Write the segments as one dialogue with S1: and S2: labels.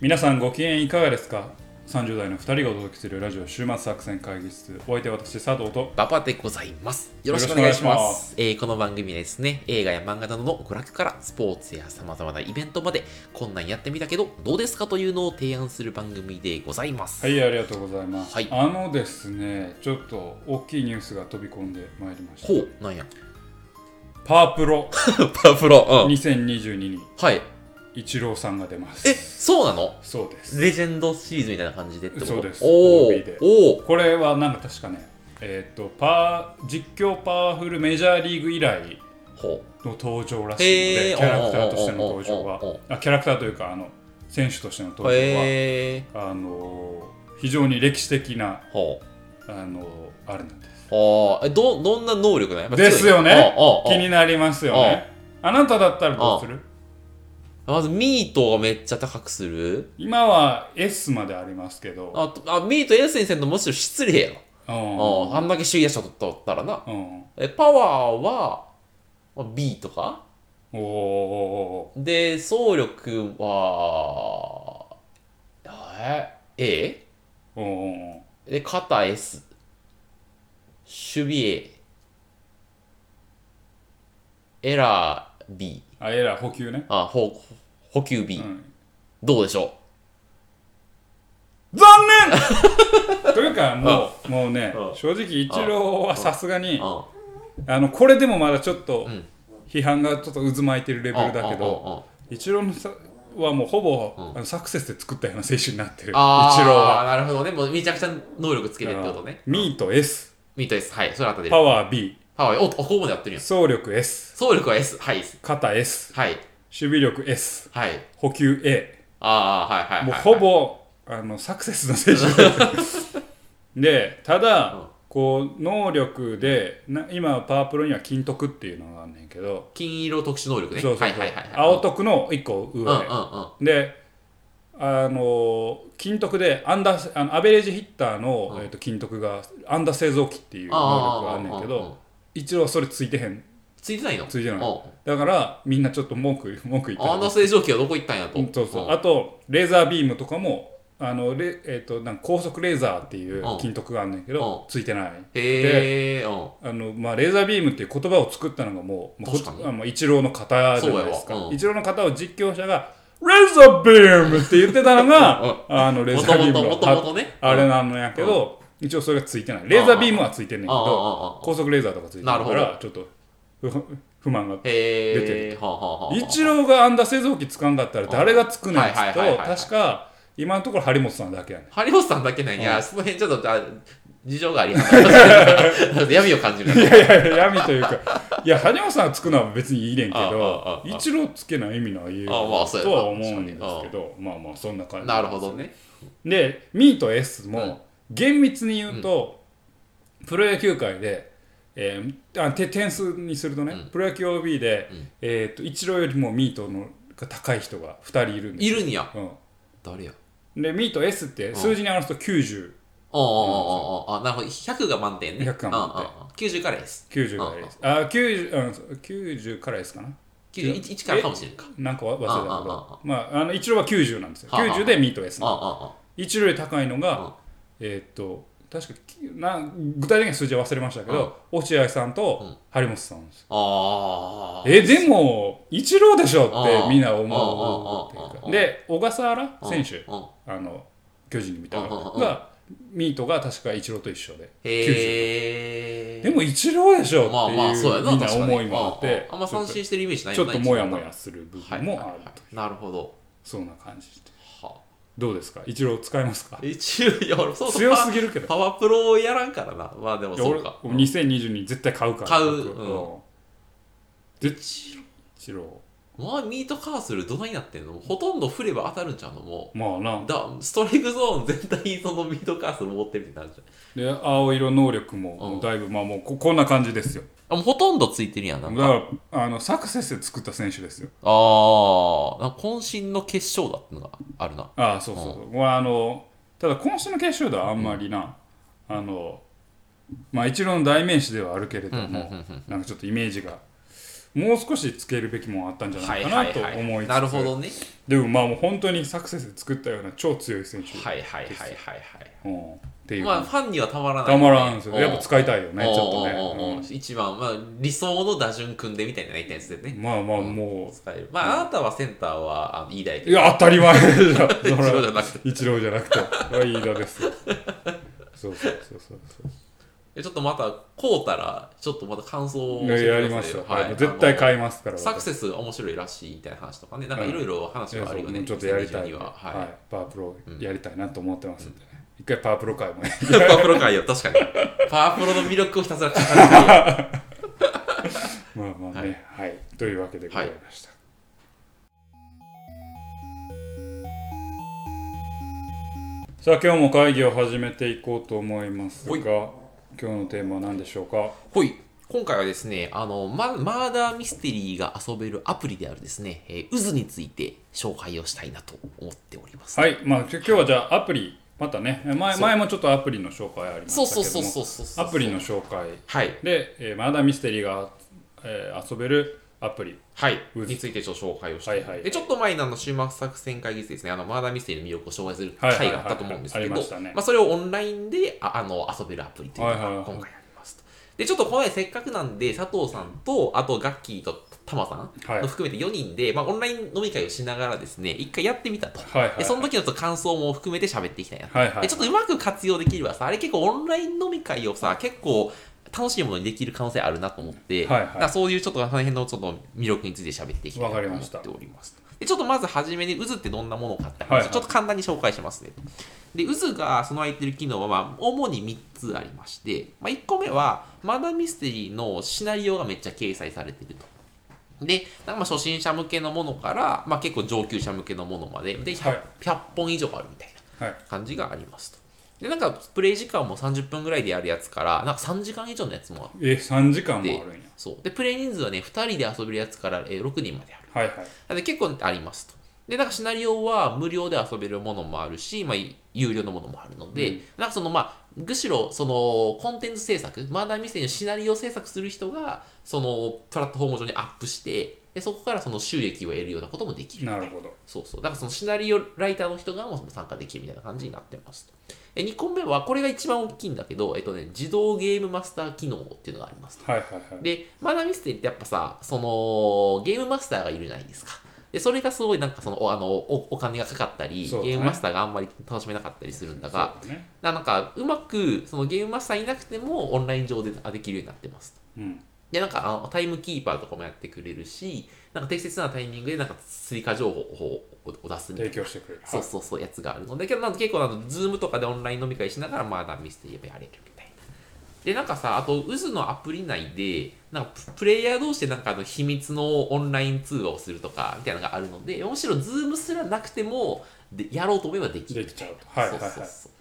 S1: 皆さんご機嫌いかがですか30代の2人がお届けするラジオ週末作戦会議室お相手は私佐藤と
S2: ババでございます。よろしくお願いしま。
S1: よろしくお願いします
S2: えーこの番組はですね、映画や漫画などの娯楽からスポーツや様々なイベントまで、こんなんやってみたけど、どうですかというのを提案する番組でございます。
S1: はいありがとうございます、
S2: はい
S1: あのですねちょっと大きいニュースが飛び込んでまいりまし
S2: ほ
S1: た
S2: う、なんや。
S1: パープ ロ
S2: パワプロ、うん。
S1: 2022に
S2: はい。
S1: イチローさんが出ます
S2: え、そうなの
S1: そうです
S2: レジェンドシリーズみたいな感じでってこと
S1: そうです
S2: お
S1: OB で
S2: ーおー
S1: これはなんか確かねえーっとパー実況パワフルメジャーリーグ以来
S2: ほ
S1: の登場らしいの
S2: へ
S1: で
S2: ー
S1: キャラクターとしての登場
S2: おうおうおうおう
S1: はあキャラクターというかあの選手としての登場
S2: う。
S1: は
S2: へえ。
S1: あの非常に歴史的な
S2: ほう。
S1: あのあれなんです
S2: あーえど、どんな能力なんやっぱ強い
S1: ですよね
S2: おーおーおー
S1: 気になりますよねあなただったらどうする
S2: まずミートがめっちゃ高くする。
S1: 今は S までありますけど
S2: あ、とあミートエル先生のむしろ失礼やろ。
S1: うん
S2: うん、あんだけ首位打者取ったらな。
S1: うん
S2: え、パワーは、まあ B とか
S1: おお
S2: で、総力は、え ?A?
S1: ーおーおーお
S2: で、肩 S。守備 A。エラー B。
S1: ーあエラー補給ね
S2: あ、補補給 B、
S1: うん
S2: どうでしょ
S1: 残念 というかもうもうね
S2: うん
S1: 正直イチローはさすが
S2: う
S1: に
S2: うん。
S1: あのこれでもまだちょっと
S2: ん
S1: 批判がちょっと渦巻いてるレベルだけ
S2: うんうんうん
S1: どイチローのさはもうほぼあのサクセスで作ったような選手になってるイチロー
S2: あー
S1: は
S2: なるほどね。もうめちゃくちゃ能力つけてってことね。
S1: ミート S
S2: ミート S。はい、それは当たり
S1: パワー B
S2: パワー、お、ここまでやってるやん。
S1: 総力 S
S2: 総力は S。はい。
S1: 肩 S
S2: はい。
S1: 守備力 S
S2: はい。
S1: 補給 A
S2: ああ、はいはいはい、はい。
S1: もうほ。ぼあのサクセスの選手になってる でただ、
S2: うん
S1: こう能力でな今パワープロには金徳っていうのがあんねんけど、
S2: 金色特殊能力ね。
S1: そうそうそう、
S2: はいはいはい、はい。
S1: 青徳の一個
S2: うん
S1: 上、
S2: うんうん。は
S1: であの金徳でアンダーあのアベレージヒッターの、
S2: うん
S1: えっと金徳がアンダー製造機っていう能力があんねんけ
S2: あーあーあーあーあー
S1: ど一応それついてへん
S2: ついてないの
S1: ついてない
S2: うん
S1: だからみんなちょっと文句文句言って
S2: あんな
S1: る
S2: 正常期はどこ行ったんやと。
S1: うんそうそ
S2: ん
S1: うあとレーザービームとかもあのレ、えっとなんか高速レーザーっていう金徳があんねんけど、
S2: うん
S1: ついてない
S2: へえ、うん。
S1: あのまあ、レーザービームっていう言葉を作ったのがもうもう
S2: 確かに
S1: あのイチローの型じゃないですか、
S2: そうやわうん
S1: イチローの型を実況者が「レーザービーム!」って言ってたのが、 あのレー
S2: も
S1: ザー
S2: と
S1: ビー
S2: も
S1: ム
S2: と、
S1: の
S2: もともとね。
S1: ああれ
S2: うん
S1: なのやけど、一応それがついてないレーザービームはついてんねんけ
S2: ああ、あ
S1: ど
S2: あ、ああ。
S1: 高速レーザーとかついて
S2: な
S1: る
S2: る
S1: か
S2: ほ
S1: ら
S2: ど
S1: ちょっと不 不満が出て
S2: へえ、はあ、はあはあ。
S1: イチローがあんだ製造機つかんかったら誰がつくねんっつ
S2: は
S1: う
S2: いはいはい
S1: と
S2: はいはい
S1: 確か今のところ張本さんだけやねん
S2: ハリオスさんだけなんや、
S1: うん
S2: その辺ちょっと、あ事情があります。闇を感じる
S1: い
S2: ね。
S1: やいや闇という かいや張本さんがつくのは別にいいねんけ
S2: ああ
S1: ど
S2: あああ
S1: 一郎つけない意味ないよ
S2: あまあそうや
S1: と
S2: な
S1: は思うんですけどまあまあそんな感じ
S2: なるほどね。
S1: でミーと S
S2: うん
S1: も厳密に言うとプロ野球界でえーあて点数にするとね
S2: うん
S1: プロ野球 OB で
S2: うん
S1: えーと一郎よりもミートのが高い人が2人いるんです
S2: い
S1: よ
S2: るんや。
S1: うん
S2: 誰や。
S1: でミーと S って数字に表すと9090
S2: ああ、ああ、ああ、なるほど。100が満点ね。
S1: 100が満点
S2: うんうんうん90からです。
S1: からですあ90あ90から S かな
S2: 91からかもしれんか。
S1: なんかわ忘れたけ
S2: あああああ
S1: ど、まあ、あの一郎は90なんですよ。
S2: はあはあ
S1: 90でミート S
S2: ああ
S1: な。
S2: ああ
S1: 一郎より高いの
S2: う
S1: が
S2: ん、
S1: えーっと、確かきな、具体的な数字は忘れましたけど、落合さんと張本さんです。
S2: ああ。
S1: え、でも、一郎でしょってみんな思う
S2: ああああ
S1: っていう
S2: あああ
S1: か。
S2: あ
S1: で、小笠原選手、
S2: うんうん
S1: あの、巨人に見た
S2: ああああ
S1: が、ミートが確か一郎と一緒で。90
S2: へえ。
S1: でも一郎でしょって
S2: まあまあ、そう
S1: い
S2: や
S1: う
S2: な。
S1: みんな
S2: 確かに
S1: 思いもあっ
S2: うんうん
S1: て
S2: あんま三振してるイメージない
S1: ちょ
S2: よ
S1: っ
S2: な
S1: ともやもやする部
S2: 一番
S1: 分もある
S2: はいはいはいなるほど。
S1: そんな感じで
S2: は
S1: どうですか一郎使いますか
S2: あ一応、いや、俺、そう
S1: 強すぎるけど
S2: パワープロをやらんからな。まあでも、
S1: いや
S2: そ
S1: 俺
S2: うか。
S1: 2020に絶対買うから
S2: 買う
S1: 僕
S2: うん
S1: 絶対
S2: まあ、ミートカーソルどないなってんのほとんど振れば当たるんちゃうのも
S1: まあな
S2: う。だ、ストライクゾーン全体にそのミートカーソル持ってるってなるじゃ
S1: で
S2: ん。
S1: 青色能力も
S2: うん
S1: もうだいぶまあもうここんな感じですよ
S2: あ、もうほとんどついてるやん。な
S1: だ
S2: ん
S1: か
S2: か。
S1: らあのサクセスで作った選手ですよ
S2: ああ、なんか渾身の決勝だってのがあるな。
S1: ああそうそうそう、まああのただ今週の決勝ではあんまりな、あのまあ一郎の代名詞ではあるけれども、
S2: うんうんうんうん
S1: なんかちょっとイメージがもう少しつけるべきもんあったんじゃないか
S2: はい
S1: なと
S2: はいはい
S1: 思いつつ、
S2: なるほどね
S1: でもまあもう本当にサクセスで作ったような超強い選手、
S2: はいはいはいはい
S1: うんって
S2: はい
S1: いう、
S2: まあファンにはたまらない
S1: たまらんですよやっぱ
S2: い
S1: 使いたいよねちょっとね、うん
S2: 一番まあ理想の打順組んでみたいなやつですよね
S1: まあまあも
S2: 使えるまああなたはセンターはあのいい大
S1: ういや当たり前 じゃん
S2: 一郎じゃなくて
S1: 一郎じゃなくてはい飯田ですよそうそうそうそう
S2: ちょっとまたこうたらちょっとまた感想を
S1: そう
S2: 教
S1: ね
S2: えてくだ
S1: や
S2: さい
S1: りました
S2: よ
S1: よ、
S2: はい
S1: あの絶対
S2: あ
S1: 買いますから
S2: のサクセス面白いらしいみたいな話とかねなんかいろいろ話はあるよ
S1: いや
S2: ね
S1: そうちょっ とやりたい
S2: 2022ははい、
S1: はい、パワープロやりたいなと思ってますんでね、一回パワープロ会も ね
S2: パワープロ界よ、確かに。パワープロの魅力をひたすら語る。
S1: まあまあねはい、というわけでございました、さあ今日も会議を始めていこうと思いますが
S2: ほい
S1: 今日のテーマは何でしょうか
S2: ほい。今回はですね、あの、ま、マーダーミステリーが遊べるアプリであるですね、えー渦について紹介をしたいなと思っております。
S1: はいまあき今日はじゃあアプリまたね前
S2: そう
S1: 前もちょっとアプリの紹介ありました
S2: そう
S1: けど
S2: そう
S1: も
S2: そうそうそうそう。
S1: アプリの。紹介
S2: はい。
S1: で、えー、まだミステリーが、えー遊べるアプリ
S2: はい。
S1: 渦
S2: についてちょっと紹介をして、
S1: はいはい
S2: で、ちょっと前のあの終末作戦会議室ですね、あの、マーダーミステリーの魅力を紹介する
S1: はいはい
S2: 会
S1: はい
S2: があったと思うんですけど、
S1: ありましたね
S2: あ、それをオンラインで、ああの、遊べるアプリというのが
S1: はいはいはい
S2: 今回ありますと。で、ちょっとこの前せっかくなんで、佐藤さんと、あとガッキーとタマさん
S1: はい
S2: の含めて4人で、まあ、オンライン飲み会をしながらですね、一回やってみたと。
S1: はいはい
S2: でその時のちょっと感想も含めて喋っていきたいなと。
S1: はいはい
S2: でちょっとうまく活用できればさ、あれ結構オンライン飲み会をさ、結構楽しいものにできる可能性あるなと思って、
S1: はいはい
S2: だからそういうちょっとその辺のちょっと魅力について喋っていきたいなと思っております。でちょっとまず初めに渦ってどんなものかって話を
S1: はいはい
S2: ちょっと簡単に紹介しますね。で渦が備えてる機能は、まあ、主に3つありまして、まあ、1個目はマダミステリーのシナリオがめっちゃ掲載されてると。で、なんかまあ初心者向けのものから、まあ、結構上級者向けのものまでで 100,、
S1: はい
S2: 100本以上あるみたいな
S1: はい
S2: 感じがありますと。で、なんかプレイ時間も30分ぐらいでやるやつから、なんか3時間以上のやつもあっ
S1: え3時間もあ
S2: て
S1: るんや、
S2: そう。で、プレイ人数はね、2人で遊べるやつからえー6人まである。
S1: はいはい
S2: なので結構ありますと。で、なんかシナリオは無料で遊べるものもあるし、まあ、有料のものもあるので、なんかその、まあ、むしろ、その、コンテンツ制作、マーダーミステリーのシナリオ制作する人が、その、プラットフォーム上にアップして、でそこからその収益を得るようなこともできる。
S1: なるほど
S2: そうそう。だからそのシナリオライターの人がも参加できるみたいな感じになってますと。え2個目は、これが一番大きいんだけど、えっとね、自動ゲームマスター機能っていうのがあります。
S1: はいはいはい
S2: で、マナミステリーってやっぱさ、その、ゲームマスターがいるじゃないですか。で、それがすごいなんかその、おあのおお金がかかったり、
S1: そうだね
S2: ゲームマスターがあんまり楽しめなかったりするんだが、
S1: そうだね
S2: ななんか、うまく、そのゲームマスターいなくても、オンライン上であできるようになってます。
S1: うん
S2: で、なんか、あのタイムキーパーとかもやってくれるし、なんか適切なタイミングで、なんか追加情報をおお出すみたい
S1: 提
S2: な。
S1: 供してくれる
S2: そうそうそう、やつがあるので、けどなんか結構あの、ズームとかでオンライン飲み会しながら、まあ、ミステリーやれるみたいな。で、なんかさ、あと、渦のアプリ内で、なんかプ、プレイヤー同士でなんかあの、秘密のオンライン通話をするとか、みたいなのがあるので、むしろ、ズームすらなくても、でやろうと思えばできる
S1: できちゃうとはいはいはい
S2: そうそうそう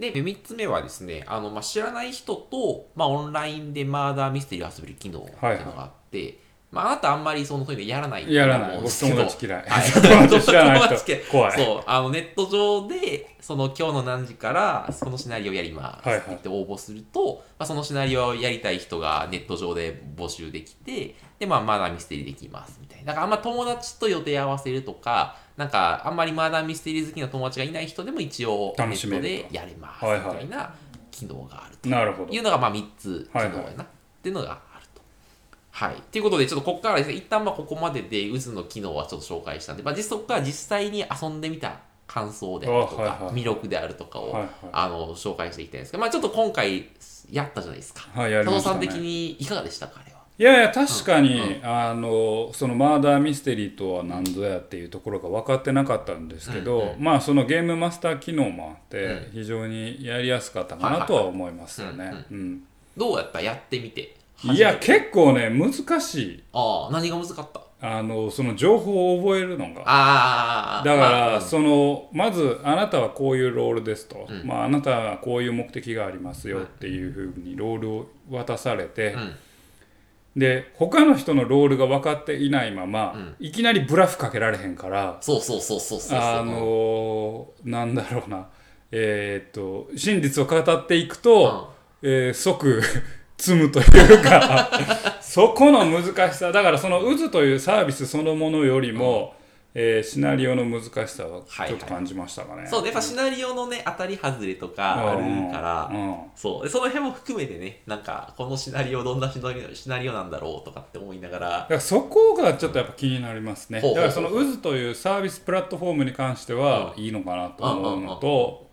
S2: でで3つ目はですねあの、まあ、知らない人と、まあ、オンラインでマーダーミステリーを遊べる機能っていうのがあって、まあ、あなたあんまりそのそういうのやらないと
S1: やら
S2: 思
S1: ない
S2: うんで
S1: 僕
S2: すけど
S1: 友達嫌い
S2: は
S1: 友
S2: い
S1: 達知らない
S2: 友達嫌い
S1: 人怖い
S2: そうあのネット上でその今日の何時からそのシナリオやります
S1: はいはい
S2: って言って応募すると、まあ、そのシナリオをやりたい人がネット上で募集できてで、まあ、マナーミステリーできますみたいなだからあんま友達と予定合わせるとかなんかあんまりマーダーミステリー好きな友達がいない人でも一応ネ
S1: 楽し
S2: ッ
S1: め
S2: ト
S1: ると
S2: でやれますみ
S1: はいはい
S2: たいな機能がある
S1: なるほ
S2: とい
S1: ど
S2: うのがまあ3つ機能やな、
S1: はい
S2: っていうのがあると。はい。ということで、ちょっとここからですね、一旦まあここまでで渦の機能はちょっと紹介したんで、まあ、実そこから実際に遊んでみた感想であるとか、
S1: あはいはい
S2: 魅力であるとかを、
S1: はいはい
S2: あの紹介していきたいんですけど、まあ、ちょっと今回やったじゃないですか。
S1: はいやり
S2: 佐
S1: ま
S2: 藤
S1: し
S2: さ
S1: た
S2: ん的
S1: ね
S2: にいかがでしたか、あれは。
S1: いやいや確かに、
S2: うん
S1: あのそのマーダーミステリーとは何ぞやっていうところが分かってなかったんですけど、
S2: うんうん
S1: まあそのゲームマスター機能もあって、
S2: う
S1: 非常にやりやすかったかなとは思いますよね。うん
S2: どうやったやってみて。
S1: いや
S2: 初めて
S1: 結構ね難しい
S2: ああ、何が難かった
S1: あのその情報を覚えるのが。
S2: ああ、
S1: だから、
S2: まあ
S1: そのまずあなたはこういうロールですと、
S2: うん
S1: まあ、あなたはこういう目的がありますよっていうふうにロールを渡されて、
S2: うん
S1: で他の人のロールが分かっていないまま、
S2: うん
S1: いきなりブラフかけられへんから、
S2: そうそうそうそうそうそう。
S1: あのーなんだろうなえーっと真実を語っていくと、えー即 積むというか そこの難しさだからその渦というサービスそのものよりも、えーシナリオの難しさはちょっと感じましたかね、
S2: そう、やっぱシナリオのね、当たり外れとかあるから、
S1: うんうん
S2: そう、でその辺も含めてね、なんか、このシナリオどんなシナリオシナリオなんだろうとかって思いなが
S1: だ
S2: ら、
S1: からそこがちょっとやっぱ気になりますね。
S2: ほう
S1: だ
S2: ほう
S1: か
S2: ほう
S1: らその渦というサービスプラットフォームに関しては
S2: う
S1: いいのかなと思うのと、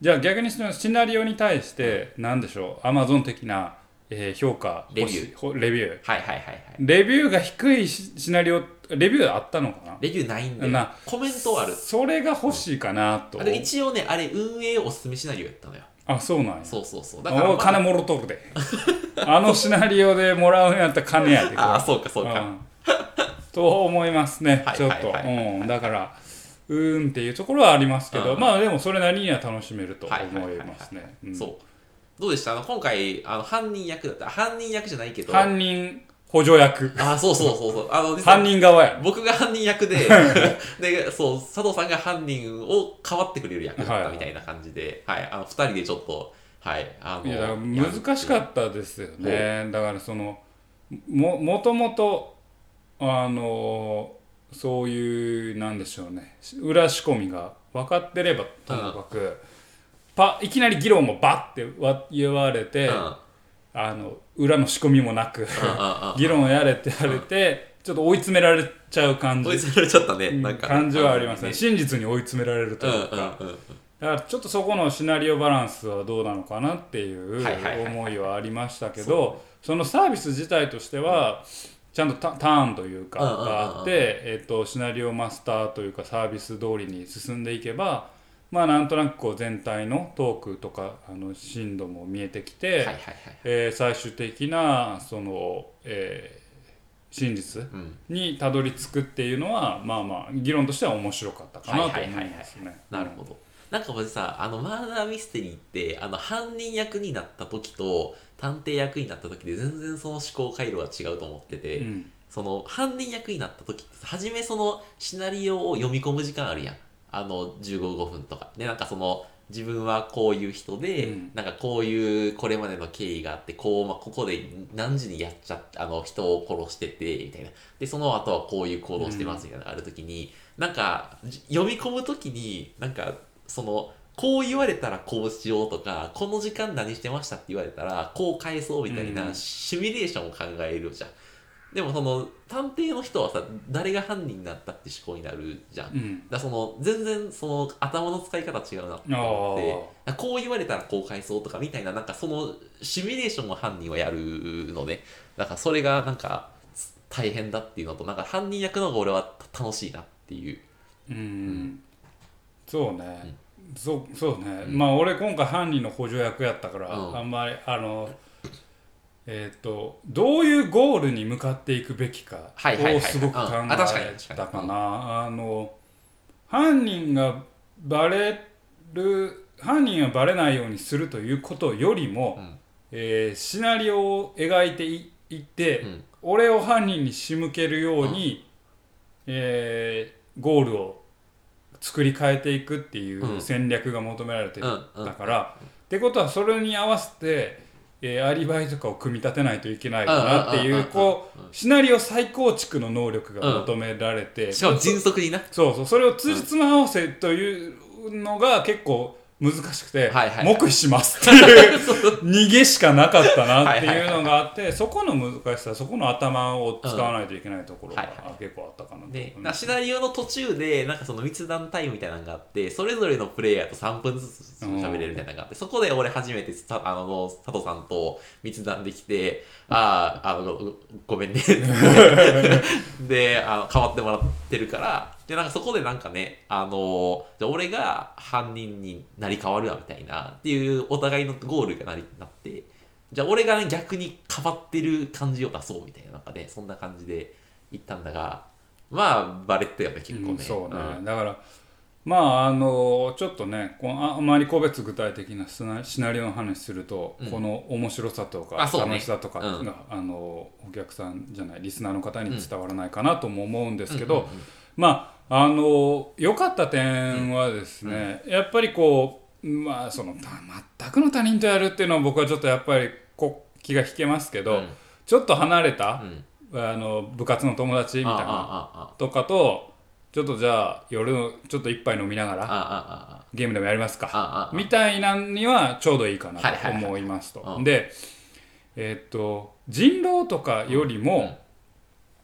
S1: じゃあ逆にそのシナリオに対して何でしょう、Amazon 的なえー評価、
S2: レビュー
S1: ー、ほレビュー。
S2: はいはいはいはい。
S1: レビューが低いシシナリオ、レビューあったのかな
S2: レビューないんで
S1: な、
S2: コメントはある。
S1: それが欲しいかなと
S2: あ。で一応ね、あれ、運営おすすめシナリオやったのよ。
S1: あ、そうなんや。
S2: そうそうそう。だから、
S1: お
S2: まあ
S1: 金もろとるで。 あのシナリオでもらうんやったら金やで。
S2: ああ、そうかそうか。
S1: うんと思いますね
S2: はい
S1: ちょっと、
S2: はいはい
S1: うん、だからうーんっていうところはありますけど、
S2: うん
S1: まあでもそれなりには楽しめると思
S2: はいはいはい
S1: い
S2: はい
S1: ますねうん
S2: そう。どうでしたあの今回、あの犯人役だった。犯人役じゃないけど。
S1: 犯人補助役
S2: あ、そうそうそうそう。あの、実は
S1: 犯人側や
S2: 僕が犯人役 で、で、そう、佐藤さんが犯人を代わってくれる役だったみたいな感じで、はい、あの、二人でちょっと、はい、あ
S1: い
S2: の、
S1: やだから難しか
S2: やる
S1: ったですよねだからそのももともとあのそういうなんでしょうね裏仕込みが分かってればともかく、パいきなり議論もバッてわ言われ
S2: って
S1: て、
S2: いううん、うん、うん、
S1: あの裏の仕込みもなく
S2: うん
S1: 議論をやれってやれて、ちょっと追い詰められちゃう感じ
S2: 追い詰められちゃったね、なんか、
S1: 感じはありますね真実に追い詰められると
S2: うん、うん、
S1: い
S2: うん
S1: うか、だからちょっとそこのシナリオバランスはどうなのかなっていう
S2: はいはいはいはい
S1: 思いはありましたけどそのサービス自体としてはちゃんとタターンというか
S2: うんうんうんうん
S1: があって、えっとシナリオマスターというかサービス通りに進んでいけばまあなんとなくこう全体のトークとかあの進度も見えてきて、
S2: はいはいはい。
S1: えー最終的なその、えー真実
S2: うん、
S1: にたどり着くっていうのはまあまあ議論としては面白かったかなと思い
S2: はいはいはい
S1: ますね。
S2: なるほど。なんか俺さ、あの、マーダーミステリーって、あの、犯人役になった時と、探偵役になった時で全然その思考回路が違うと思ってて、
S1: うん
S2: その犯人役になった時ってさ初めそのシナリオを読み込む時間あるやんあの155分とかでなんかその自分はこういう人で、
S1: うん
S2: なんかこういうこれまでの経緯があってこう、まあ、ここで何時にやっちゃってあの人を殺しててみたいなでその後はこういう行動してますみたいなのがある時に、なんかじ読み込む時になんかそのこう言われたらこうしようとかこの時間何してましたって言われたらこう返そうみたいな
S1: うん
S2: シミュレーションを考えるじゃんでもその探偵の人はさ誰が犯人になったって思考になるじゃん、だか
S1: うん
S2: らその全然その頭の使い方違うなって思ってだからこう言われたらこう返そうとかみたいななんかそのシミュレーションを犯人はやるのねだからそれがなんかつ大変だっていうのとなんか犯人役の方が俺はた楽しいなっていう
S1: うんそうね、そうそうね、まあ俺今回犯人の補助役やったから、
S2: うん
S1: あんまりあのえっ、とどういうゴールに向かっていくべきか
S2: はいはいはい
S1: をすごく考
S2: うんあ確かに
S1: えた
S2: 確か
S1: か
S2: に
S1: なあの犯人がバレる犯人がバレないようにするということよりも、
S2: うん
S1: えーシナリオを描いていいって、
S2: うん
S1: 俺を犯人に仕向けるように、えーゴールを作り変えていくってい
S2: うん
S1: う戦略が求められて
S2: う
S1: た
S2: んうん
S1: から、ってことはそれに合わせて、えーアリバイとかを組み立てないといけないかなって
S2: うんうん
S1: い
S2: うん
S1: う
S2: うん
S1: こうシナリオ再構築の能力が求められて、
S2: しかも迅速にな
S1: そうそうそれを通じつま合わせというのが結構難しくて、
S2: はいはい
S1: 黙秘しますっていう 逃げしかなかったなっていうのがあってそこの難しさそこの頭を使わないといけないところが、
S2: うんはいは
S1: 結構あったかなと思い
S2: で、な
S1: ま
S2: んか
S1: す
S2: シナリオの途中で、なんかその密談タイムみたいなのがあって、それぞれのプレイヤーと3分ずつ喋れるみたいなのがあって、そこで俺初めてさ、あの、佐藤さんと密談できて、ああ、あの、ごごめんね。で、あの、変わってもらってるから、で、なんかそこでなんかね、あの、じゃあ俺が犯人になり変わるわみたいな、っていうお互いのゴールがなりなって、じゃあ俺が逆に変わってる感じを出そうみたいな、なんかね、そんな感じで行ったんだが、まあ、バレットやっぱ結構ね。
S1: うんそうね、
S2: ん
S1: だからまああのちょっとねこうああまり個別具体的なシナシナリオの話すると、
S2: うん
S1: この面白さとか
S2: あそうね
S1: 楽しさとかが、
S2: うん
S1: あのお客さんじゃないリスナーの方に伝わらないかなとも思うんですけど、
S2: うんうんうん
S1: まああの良かった点はですね、やっぱりこうまあそのた全くの他人とやるっていうのは僕はちょっとやっぱりこう気が引けますけど、
S2: うん
S1: ちょっと離れ
S2: う
S1: た、
S2: ん
S1: あの部活の友達み
S2: あ
S1: たいな
S2: ああ
S1: とかとちょっとじゃあ夜ちょっと一杯飲みなが
S2: あああ
S1: ら
S2: あ
S1: ゲームでもやります
S2: あああ
S1: か
S2: ああ
S1: みたいなんにはちょうどいいかな
S2: はいはい
S1: と
S2: はい
S1: 思いますと。
S2: うん
S1: でえーっと人狼とかよりも、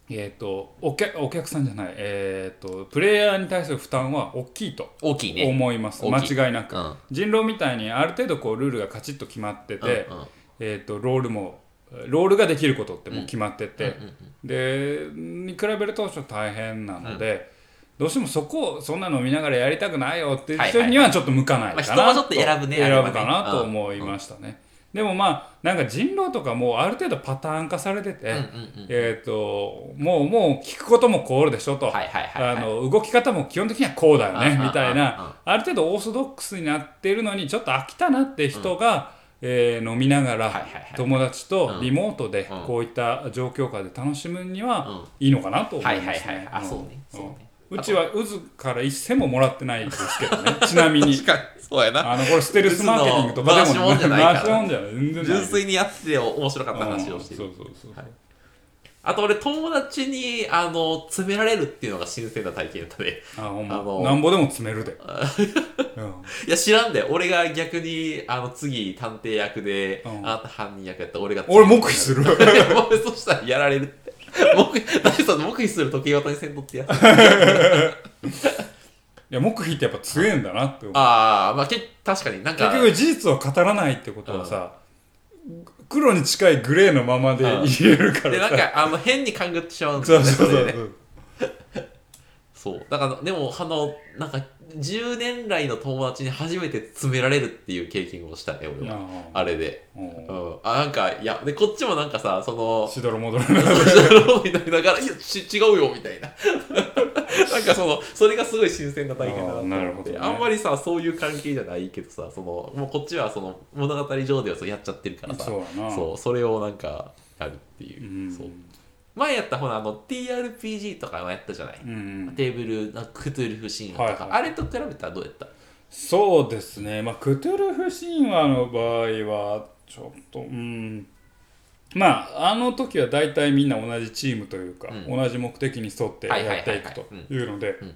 S1: えーっとお客お客さんじゃない、えーっとプレイヤーに対する負担は大きいと
S2: 大きいね
S1: 思います、
S2: 大きい
S1: 間違いなく。
S2: うんうん
S1: 人狼みたいにある程度こうルールがカチッと決まってて、
S2: うん
S1: えー、とロールもロールができることってもう決まってて、
S2: うんうん
S1: でに比べるとちょっと大変なので、どうしてもそこをそんなの見ながらやりたくないよっていう人にはちょっと向かないかな、
S2: まあ人はちょっと選ぶねあれ
S1: 選
S2: は
S1: ぶ
S2: ね
S1: かなと思いましたね、でもまあなんか人狼とかもうある程度パターン化されてて、
S2: うんうんうん
S1: えー、ともうもう聞くこともこうでしょと、
S2: はいはいはいはい
S1: あの動き方も基本的にはこうだよ
S2: うんうん
S1: ね
S2: うん
S1: みたいなある程度オーソドックスになってるのにちょっと飽きたなって人が、えー飲みなが
S2: はい
S1: ら
S2: はいはい
S1: 友達とリモートで
S2: うん
S1: こういった状況下で楽しむに
S2: う
S1: は
S2: ん
S1: いいのかなと思
S2: はいいは
S1: ま
S2: い
S1: す
S2: はいはい
S1: ね。
S2: あ
S1: ん
S2: そうねそうね
S1: うんうちは渦から一銭ももらってないですけどね ちなみに
S2: 確かにそうやな
S1: あのこれステルスマーケティングとかでも
S2: 渦の回しもんじゃないから
S1: 回し もんじゃない全然ない
S2: 純粋にやってて面白かった話
S1: う
S2: を
S1: ん
S2: して
S1: そ
S2: る
S1: うそうそうそう
S2: あと俺友達にあの詰められるっていうのが新鮮な体験だったね
S1: あほん
S2: あの
S1: まなんぼでも詰める でうん
S2: いや知らんで俺が逆にあの次探偵役で、
S1: うん
S2: あなた犯人役やったら俺が
S1: 俺黙秘する
S2: 俺そしたらやられるって黙秘大地さん黙秘する時計型にせんとってやつ
S1: いや黙秘ってやっぱ強えんだなって思う
S2: ああまあけ確かになんか
S1: 結局事実を語らないってことはさ、黒に近いグレーのままで
S2: うん
S1: 言えるから
S2: でなん
S1: さ、
S2: かあの変に勘ぐってしまうんです
S1: そ
S2: よ
S1: うそう
S2: ねそ
S1: そ
S2: れ
S1: う
S2: で
S1: そう
S2: ねそうだからでもあのなんか10年来の友達に初めて詰められるっていう経験をしたね俺は
S1: あ
S2: あれで
S1: あうん
S2: うんあなんかいやでこっちもなんかさその
S1: しどろもどろ
S2: そうになりながら、いや、ち違うよ、みたいな。 なんかその、それがすごい新鮮な体験だなと
S1: あーなる
S2: 思っ
S1: ほ
S2: て、
S1: どね
S2: あんまりさ、そういう関係じゃないけどさ、その、もうこっちはその、物語上ではそうやっちゃってるから さ、
S1: そうやな
S2: そうそれをなんか、やるっていう。
S1: ん
S2: そう前やったほら、あの、TRPG とかもやったじゃない、
S1: うん
S2: テーブル、なんかクトゥルフ神話とか、
S1: はいはい
S2: あれと比べたらどうやった
S1: そうですねまあクトゥルフ神話の場合はちょっとうんまああの時は大体みんな同じチームというか、
S2: う
S1: 同じ目的に沿ってやっていくと
S2: はいはいはいはい
S1: いうので
S2: うん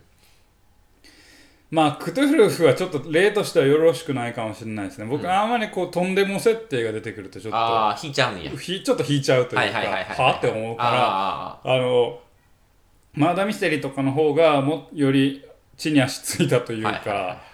S1: まあクトゥルフはちょっと例としてはよろしくないかもしれないですね僕、
S2: うん
S1: あんまりこうとんでも設定が出てくるとちょっと
S2: ああ、引いちゃうんや。
S1: ひちょっと引いちゃうというか
S2: はいはいはいはい。
S1: はあって思うから
S2: あ
S1: あのマーダーミステリーとかの方がもより地に足ついたとい
S2: ー
S1: う
S2: あー、
S1: か、
S2: はいはいはいはい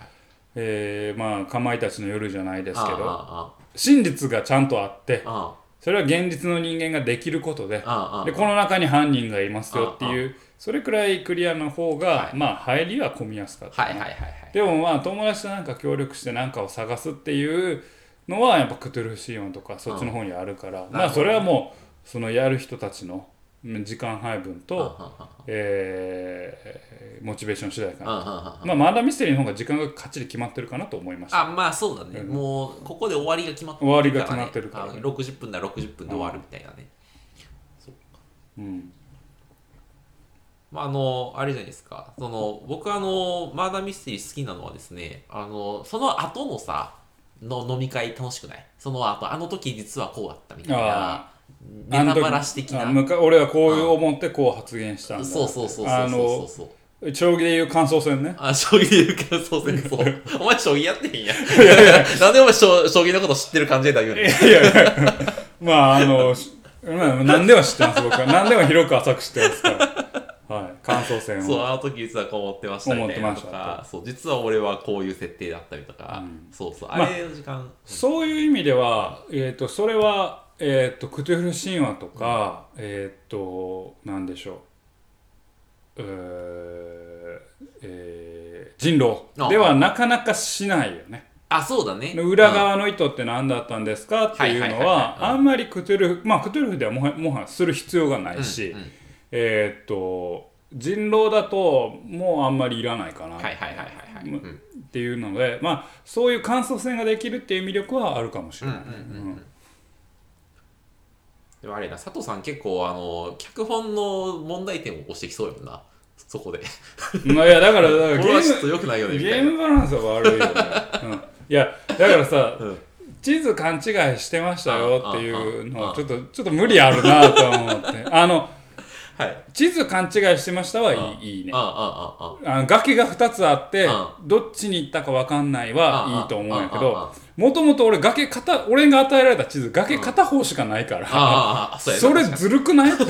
S1: えーまあかまいたちの夜じゃないですけ
S2: あー
S1: ど
S2: あ
S1: 真実がちゃんとあって
S2: ー、あ
S1: それは現実の人間ができることで
S2: ーあー、あー
S1: でこの中に犯人がいますよって
S2: あ
S1: いうそれくらいクリアの方が
S2: はい
S1: まあ入りは混みやすかった
S2: はい
S1: ね
S2: はいはいはい。
S1: でもまあ友達となんか協力して何かを探すっていうのはやっぱクトゥルフシーンとかそっちの方にあるからま
S2: なる
S1: あ
S2: ほど
S1: それはもうそのやる人たちのうん時間配分とえーモチベーション次第か
S2: うんうん
S1: な
S2: うんうん
S1: まあマーダーミステリーの方が時間がかっちり決まってるかなと思いました
S2: あまあそうだね、
S1: うん
S2: もうここで終わりが決まって
S1: 終わりが決まってるからね
S2: あの60分なら60分で終わるみたいなね、
S1: うん
S2: まああのあれじゃないですかその僕あのマーダーミステリー好きなのはですねあのその後のさの飲み会楽しくないその後あの時実はこうだったみたいなネタバラシ的
S1: あ
S2: な
S1: むか俺はこういう思ってこう発言したんだ
S2: そうそうそうそう
S1: あ
S2: そう
S1: の
S2: そう
S1: 将棋でいう感想戦ね
S2: あ将棋で言う感想戦そ うお前将棋やってへんやんなんでお前将将棋のこと知ってる感じでだよ
S1: いやいや まああのしまあ何でも知ってます僕は何でも広く浅く知ってますからはい感想戦
S2: そう、
S1: を
S2: あの時実はこう思ってましたみたいなと
S1: 思ってま
S2: か、そう、実は俺はこういう設定だったりとか、
S1: うん
S2: そうそう、
S1: まあ
S2: あれの時間、
S1: そういう意味ではえっ、とそれはえっ、とクトゥフル神話とか、えっ、となんでしょううーえー人
S2: あ
S1: 狼ではなかなかしないよね
S2: あ、そうだね。
S1: 裏
S2: うん。
S1: 側の意図って何だったんですかっていう
S2: は
S1: の
S2: いはいはい
S1: は
S2: はい
S1: あんまりクトゥルフまあクトゥルフではもはもはやする必要がないし、
S2: うんうん
S1: えーっと人狼だともうあんまりいらないかなっ
S2: はいはいはいはいはい。うんうん
S1: ていうので、まあそういう感想戦ができるっていう魅力はあるかもし
S2: う
S1: れ
S2: んう
S1: ない、
S2: んうん。でもあれやな、佐藤さん結構、あの、脚本の問題点を押してきそうよな、そこで。
S1: うんまあいやだからだ から
S2: こ
S1: ゲ
S2: れはちょっと
S1: ー
S2: 良くないよ
S1: ム
S2: ね、み
S1: ゲ
S2: たい
S1: ー
S2: な。
S1: ムバランスは悪いよね、うんいやだからさ
S2: うん
S1: 地図勘違いしてましたよっていうのはちょっとちょっと無理あるなと思 ってあの
S2: はい。
S1: 地図勘違いしてましたはいいいいね
S2: ああ、ああ、あ
S1: あの崖が2つあって
S2: う
S1: どっちに行ったか分かんない
S2: あ。
S1: はいいと思うんやけ
S2: あ
S1: どもともと俺崖片俺が与えられた地図崖片方しかないから
S2: あ、ああ、そうやな
S1: それずるくない って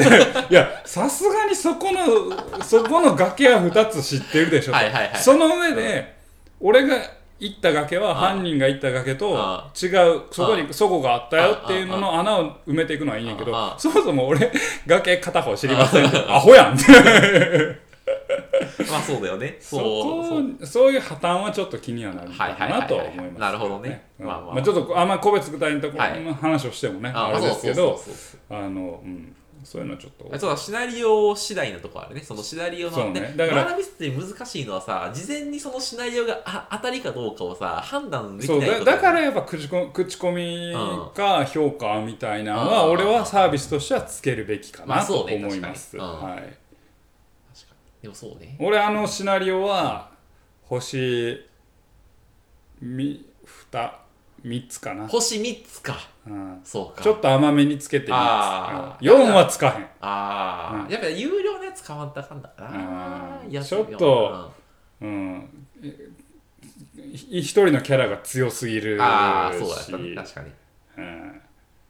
S1: いやさすがにそこのそこの崖は2つ知ってるでしょ
S2: はいはいはい
S1: その上で、俺が行った崖は犯人が行った崖と
S2: あ
S1: 違うそこにそこがあったよっていうのの穴を埋めていくのはいいんやけど
S2: ああ
S1: そもそも俺崖片方知りませんってアホやんって
S2: まあそうだよね。
S1: そ
S2: そ。
S1: う
S2: そう
S1: こそういう破綻はちょっと気にはなるか
S2: はいはいはいは
S1: ないとは思います
S2: なるほどね
S1: うん
S2: まあまあ
S1: まあちょっとあんま個別具体のとこ
S2: はい
S1: ろの話をしてもね
S2: あ
S1: あ
S2: まあ
S1: れですけど
S2: そうそうそう
S1: あのうんそういうのはちょっと
S2: そうあそうだシナリオ次第のとこあるね。そのシナリオ
S1: そ
S2: の、
S1: うね
S2: ね、
S1: だから
S2: マーラミスって難しいのはさ、事前にそのシナリオが あ当たりかどうかをさ、判断できな
S1: そ
S2: いうこと
S1: だだからやっぱ口コ口コミか評価みたいなのは
S2: うん
S1: 俺はサービスとしてはつけるべきか
S2: まあ
S1: なと
S2: そうね
S1: 思います、
S2: 確かに
S1: はい、
S2: 確かにでもそうね。
S1: 俺あのシナリオは星み2三つかな、
S2: 星3つか。
S1: うん、
S2: そうか。
S1: ちょっと甘めにつけてみま
S2: あ
S1: す
S2: ー
S1: 4はつかへん
S2: ああ、
S1: うん
S2: やっぱ有料のやつ買わんとあかんだな
S1: う。ん
S2: いや
S1: ちょっと、うんい一人のキャラが強すぎ
S2: う
S1: る
S2: ん
S1: し
S2: ああ、そうだった。確かに。
S1: うん、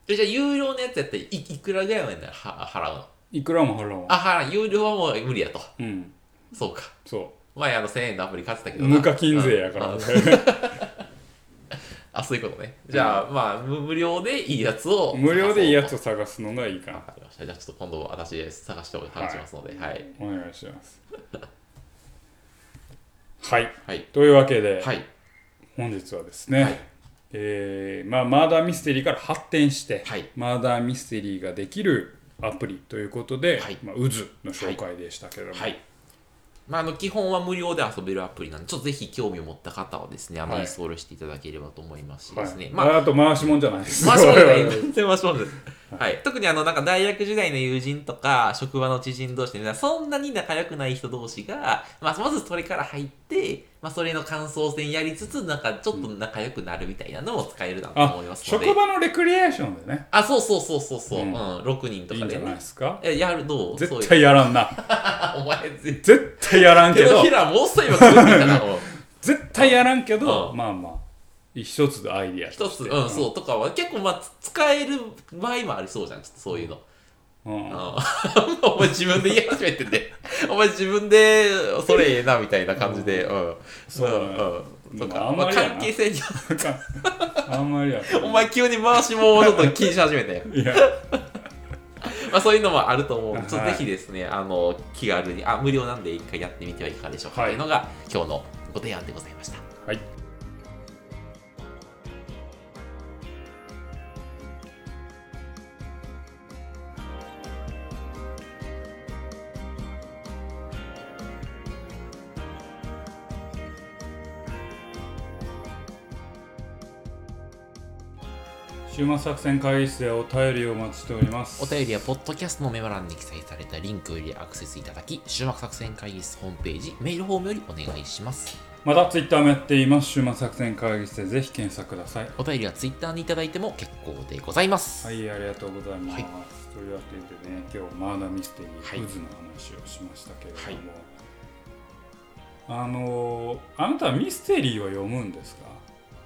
S2: えじゃあ、有料のやつやったらいいくらぐらいまでならは払うの
S1: いくらも払おう
S2: あ、払う。有料はもう無理やと。
S1: うん
S2: そうか。
S1: そう
S2: 前あの1000円のアプリ買ってたけどな
S1: 無課金税やから
S2: うんうん
S1: ね
S2: あそういうことねじゃあ、まあ無無料でいいやつを
S1: 無料でいいやつ
S2: を
S1: を探すのがいいかな
S2: わかりましたじゃあちょっと今度私探してお話しますのではい
S1: お願いします はい
S2: はい
S1: というわけで、
S2: はい
S1: 本日はですね、
S2: はい
S1: えーまあ、マーダーミステリーから発展して、
S2: はい
S1: マーダーミステリーができるアプリということで、
S2: はい
S1: まあ、渦の紹介でしたけれども、
S2: はいまあ、あの基本は無料で遊べるアプリなんで、ちょっとぜひ興味を持った方はですね、あの
S1: はい
S2: インストールしていただければと思いますし
S1: は
S2: で
S1: い
S2: すね、まあ、
S1: あ、と回しもんじゃないです
S2: マシモン
S1: 我
S2: で
S1: 々
S2: す。全然マシモンです。はい、特にあのなんか大学時代の友人とか職場の知人同士でそんなに仲良くない人同士が、まあ、まずそれから入って、まあ、それの感想戦やりつつなんかちょっと仲良くなるみたいなのも使えるなと
S1: あ
S2: 思いますので
S1: 職場のレクリエーションでね
S2: あそうそうそうそうそう、
S1: う
S2: うんん6人と
S1: いい
S2: か
S1: んじ
S2: で
S1: ゃない
S2: ね
S1: ですか
S2: えやるどうそう
S1: 絶
S2: いう
S1: 対やらんな
S2: あお前絶
S1: 絶対やらん
S2: 対手
S1: けど
S2: のひらもうさ今食ってたな もう
S1: 絶対やらんけど、
S2: う
S1: まあまあ一つアイディア
S2: 一
S1: と
S2: つ
S1: し
S2: う
S1: て
S2: んそうとかは結構まあつ使える場合もありそうじゃんちょっとそういうの
S1: うんうん
S2: うん お前自分で言い始めてね。お前自分で、それええな、みたいな感じで。うん。
S1: そうだね
S2: うん。
S1: ま
S2: と
S1: あ
S2: か
S1: あ、ん
S2: ま
S1: ま
S2: あ、
S1: りやな
S2: 関係性に、
S1: あんまりやっ
S2: お前急に回しもちょっと気にし始めたよ。
S1: いや
S2: まあ、そういうのもあると思うんで、ちょっ
S1: は
S2: とぜ
S1: い
S2: ひですね、あの、気軽に、あ、無料なんで一回やってみてはいかがでしょうか、
S1: はい
S2: というのが、今日のご提案でございました。
S1: はい週末作戦会議室でお便りをお待ちしております
S2: お便りは、ポッドキャストのメモ欄に記載されたリンクよりアクセスいただき、終幕作戦会議室ホームページ、メールフォームよりお願いします。
S1: またツイッターもやっています週末作戦会議室でぜひ検索ください
S2: お便りはツイッターにいただいても結構でございます。
S1: はい、ありがとうございます。
S2: はい
S1: というわけでね、今日マーダーミステリ
S2: はい
S1: ー、渦の話をしましたけれども、あのーあなたはミステリーは読むんですか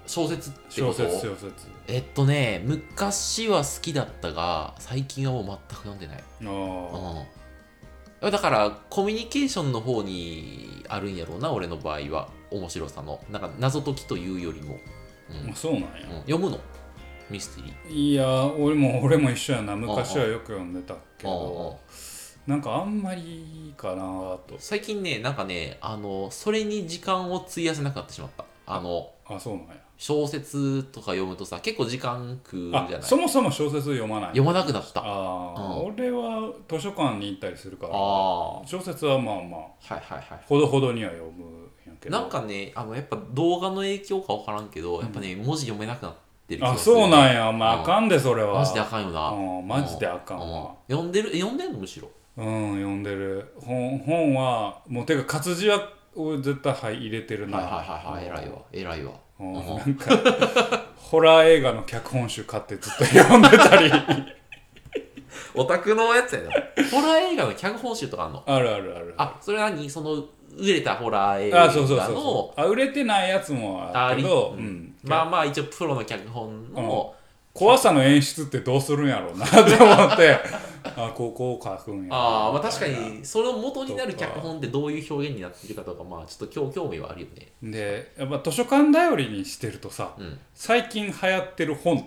S2: 小説ってこ
S1: 小
S2: と
S1: 説、小説。
S2: えっとね昔は好きだったが最近はもう全く読んでない、
S1: あ
S2: うん、だからコミュニケーションの方にあるんやろうな俺の場合は面白さのなんか謎解きというよりも、うん
S1: あ、そうなんや。
S2: うん読むのミステ
S1: い
S2: リー
S1: や、俺も俺も一緒やな。昔はよく読んでたけ
S2: うんうん
S1: ど、なんかあんまりかなと。
S2: 最近ねなんかねあのそれに時間を費やせなくなってしまったあの
S1: あ、そうなんや。
S2: 小説とか読むとさ結構時間食うじゃな
S1: あ、
S2: い
S1: そもそも小説読まない。
S2: 読まなくなったあ
S1: ああ、
S2: う
S1: 俺は図書館に行ったりするから、
S2: あー
S1: 小説はまあまあ。
S2: はいはいはい
S1: ほどほどには読むんやけど
S2: なんかねあのやっぱ動画の影響か分からんけどやっぱね、文字読めなくなってる気が
S1: あ
S2: する
S1: そうなんやまあ
S2: うん
S1: あかんでそれは
S2: マジであかんよな、
S1: うんマジであかんわ
S2: うん読んでるえ読んでんのむしろ
S1: うん読んでる本本はもうてか活字は俺絶対はい入れてるな
S2: はいはいはいはい偉いわ偉いわ
S1: うん
S2: うん
S1: なんかホラー映画の脚本集買ってずっと読んでたり
S2: オタクのやつやな。ホラー映画の脚本集とかあんの
S1: あるあるある
S2: あ、それは何その、売れたホラー映画
S1: あ
S2: の、
S1: そうそうそうそうあ売れてないやつもあるけど、
S2: あ
S1: う
S2: り
S1: ん、
S2: まあまあ一応プロの脚本の、
S1: 怖さの演出ってどうするんやろうな って思ってあこうこう書くんや
S2: ああ、まあ確かに、その元になる脚本ってどういう表現になってるかとか、まあちょっと興興味はあるよね。
S1: でやっぱ図書館頼りにしてるとさ
S2: うん。うんうん
S1: 最近流行ってる本が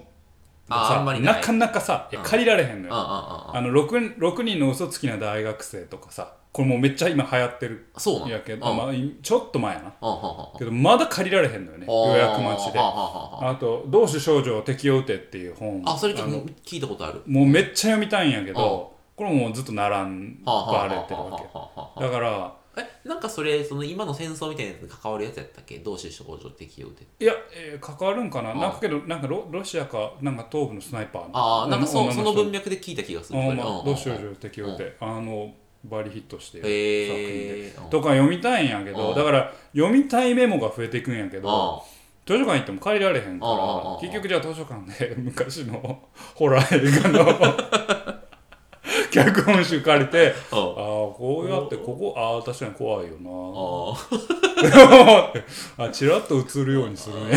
S2: あ
S1: さ
S2: あんまりない
S1: なかなかさいや
S2: うん
S1: 借りられへんの
S2: うんう
S1: よ、
S2: ん
S1: あの 6, 6人の嘘つきな大学生とかさこれもうめっちゃ今流行ってる
S2: うん。そうなんの
S1: やけど、
S2: うん。うんうん
S1: まあ、いちょっと前やな
S2: うん
S1: けどまだ借りられへんのよね予約待ちで
S2: あー
S1: あ
S2: ははは
S1: と「同種少女を敵を打て」っていう本
S2: あ、それちょっと
S1: あの
S2: 聞いたことある。
S1: もうめっちゃ読みたいんやけどこれもうずっと並ん
S2: はあはあは
S1: ば
S2: あ
S1: れてるわ
S2: はあはあは
S1: けだから
S2: あえ、なんかそれ、その今の戦争みたいなやつに関わるやつやったっけ同志少女適用で。
S1: いや、えー関わるんかな、
S2: うん
S1: なんかけど、なんかロロシアか、なんか東部のスナイパーの
S2: ああ、なんかそ
S1: 女
S2: そ
S1: 人
S2: の文脈で聞いた気がする。
S1: あ
S2: そ
S1: ー
S2: れ
S1: まあ
S2: うんうんうん
S1: どうしようよ適応って、あのバリヒットしてる作品で、
S2: へえ。
S1: とか読みたいんやけど、
S2: うん
S1: だから読みたいメモが増えていくんやけ
S2: うん
S1: ど、図書館行っても借りられへんか
S2: うんうんうんう
S1: ら
S2: ん
S1: 結局じゃあ図書館で昔の ホラー映画の 脚本集借りて
S2: うん
S1: ああこうやってここああ確かに怖いよ
S2: あ
S1: な
S2: ー
S1: あチラッと映るようにするね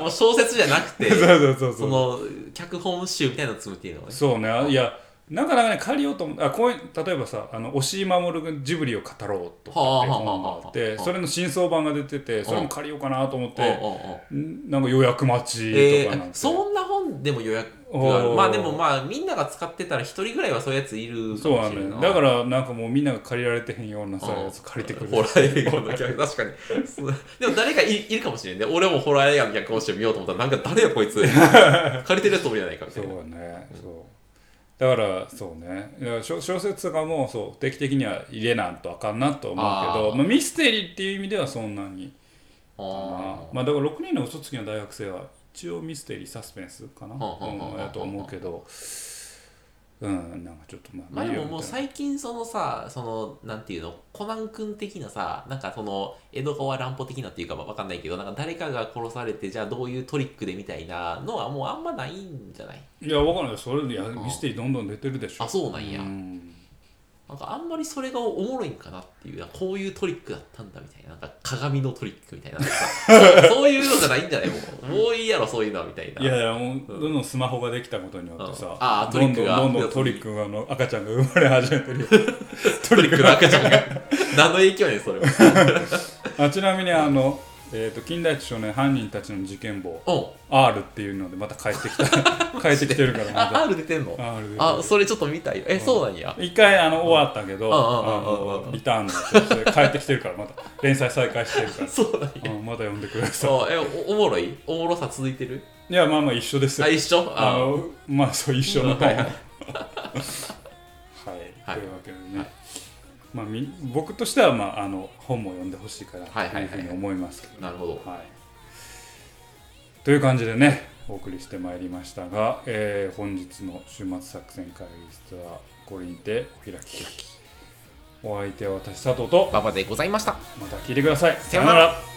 S2: もう小説じゃなくて
S1: そうそうそうそ
S2: そうの脚本集みたいなのを積むっていうのがね
S1: そうね、あいや、なかなかね、借りようと思って、あこういう例えばさ、あの押井守君、ジブリを語ろうとかって
S2: はあはあはあ
S1: 本があって、
S2: はあ
S1: それの新装版が出てて、それも借りようかなと思っ
S2: うん
S1: て、
S2: うんうん
S1: んなんか予約待ち
S2: え
S1: とかなん
S2: ー、
S1: て。
S2: そんな本でも予約がある
S1: おー
S2: まあでもまあみんなが使ってたら一人ぐらいはそういうやついるか
S1: そう
S2: も
S1: な
S2: し
S1: の
S2: れん
S1: よ
S2: な
S1: だからなんかもうみんなが借りられてへんようなさ
S2: うん
S1: やつ借りてくる
S2: ホラー映画の脚確かにそうでも誰かいいるかもしれんね俺もホラー映画の脚本集見ようと思ったらなんか誰や こいつ借りてるやつおるじゃないかみ
S1: そ
S2: た
S1: う
S2: いな
S1: だねそうだからそうねだから小小説がもうそう定期的には入れなんとあかんなと思うけど
S2: あー
S1: まあ、ミステリーっていう意味ではそんなに
S2: あー
S1: まあだから6人の嘘つきの大学生は一応ミステリーサスペンスかな
S2: はあはあはあはあ
S1: うんやと思うけどうんなんかちょっとまあ
S2: まあでももう
S1: 最
S2: 最近そのさそのなんていうのコナン君的なさなんかその江戸川乱歩的なっていうかわかんないけどなんか誰かが殺されてじゃあどういうトリックでみたいなのはもうあんまないんじゃない
S1: いやわかんないそれいや
S2: ん
S1: ミステリーどんどん出てるでしょ
S2: あそうなんや
S1: ん
S2: なんかあんまりそれがおもろいんかなっていうこういうトリックだったんだみたいななんか鏡のトリックみ たいななんかさそういうのじゃないんじゃないもうもういいやろそういうのはみたいない
S1: やいやもうどんどんスマホができたことによって
S2: うん
S1: さ
S2: あート
S1: ど
S2: リ
S1: ん
S2: ッ
S1: ど
S2: ク
S1: ん
S2: が
S1: どんどんトリックがあの赤ちゃんが生まれ始めてるよ
S2: トリックの赤ちゃんが何の影響やねんそれは
S1: あちなみにあのえーと金田一少年犯人たちの事件簿
S2: うん
S1: R っていうのでまた帰ってきた 帰ってきてるからま
S2: あ R 出てんの
S1: た R で
S2: あそれちょっと見たいえそうなんや
S1: 一回あの終わったけど、
S2: うんうんうん
S1: あのリターンのとして帰ってきてるからまた連載再開してる から
S2: そうなんや
S1: うんまた読んでくださ
S2: そう、え、おおもろいおもろさ続いてる
S1: いいやまあまあ一緒ですよ
S2: あ、一緒
S1: あ
S2: あ
S1: のまあそう一緒の本
S2: は
S1: はいい、
S2: はい
S1: はい、とい
S2: はい
S1: うわけでね、まあ、み僕としては、まあ、あの本も読んでほしいから
S2: はいはい
S1: と
S2: はいいうは
S1: ふ
S2: い
S1: うに思いますけど、
S2: なるほど。
S1: はいという感じでねお送りしてまいりましたが、えー本日の週末作戦会議室はこれにてお開きお相手は私佐藤と
S2: 馬場でございました。
S1: また聞いてください。
S2: さようなら。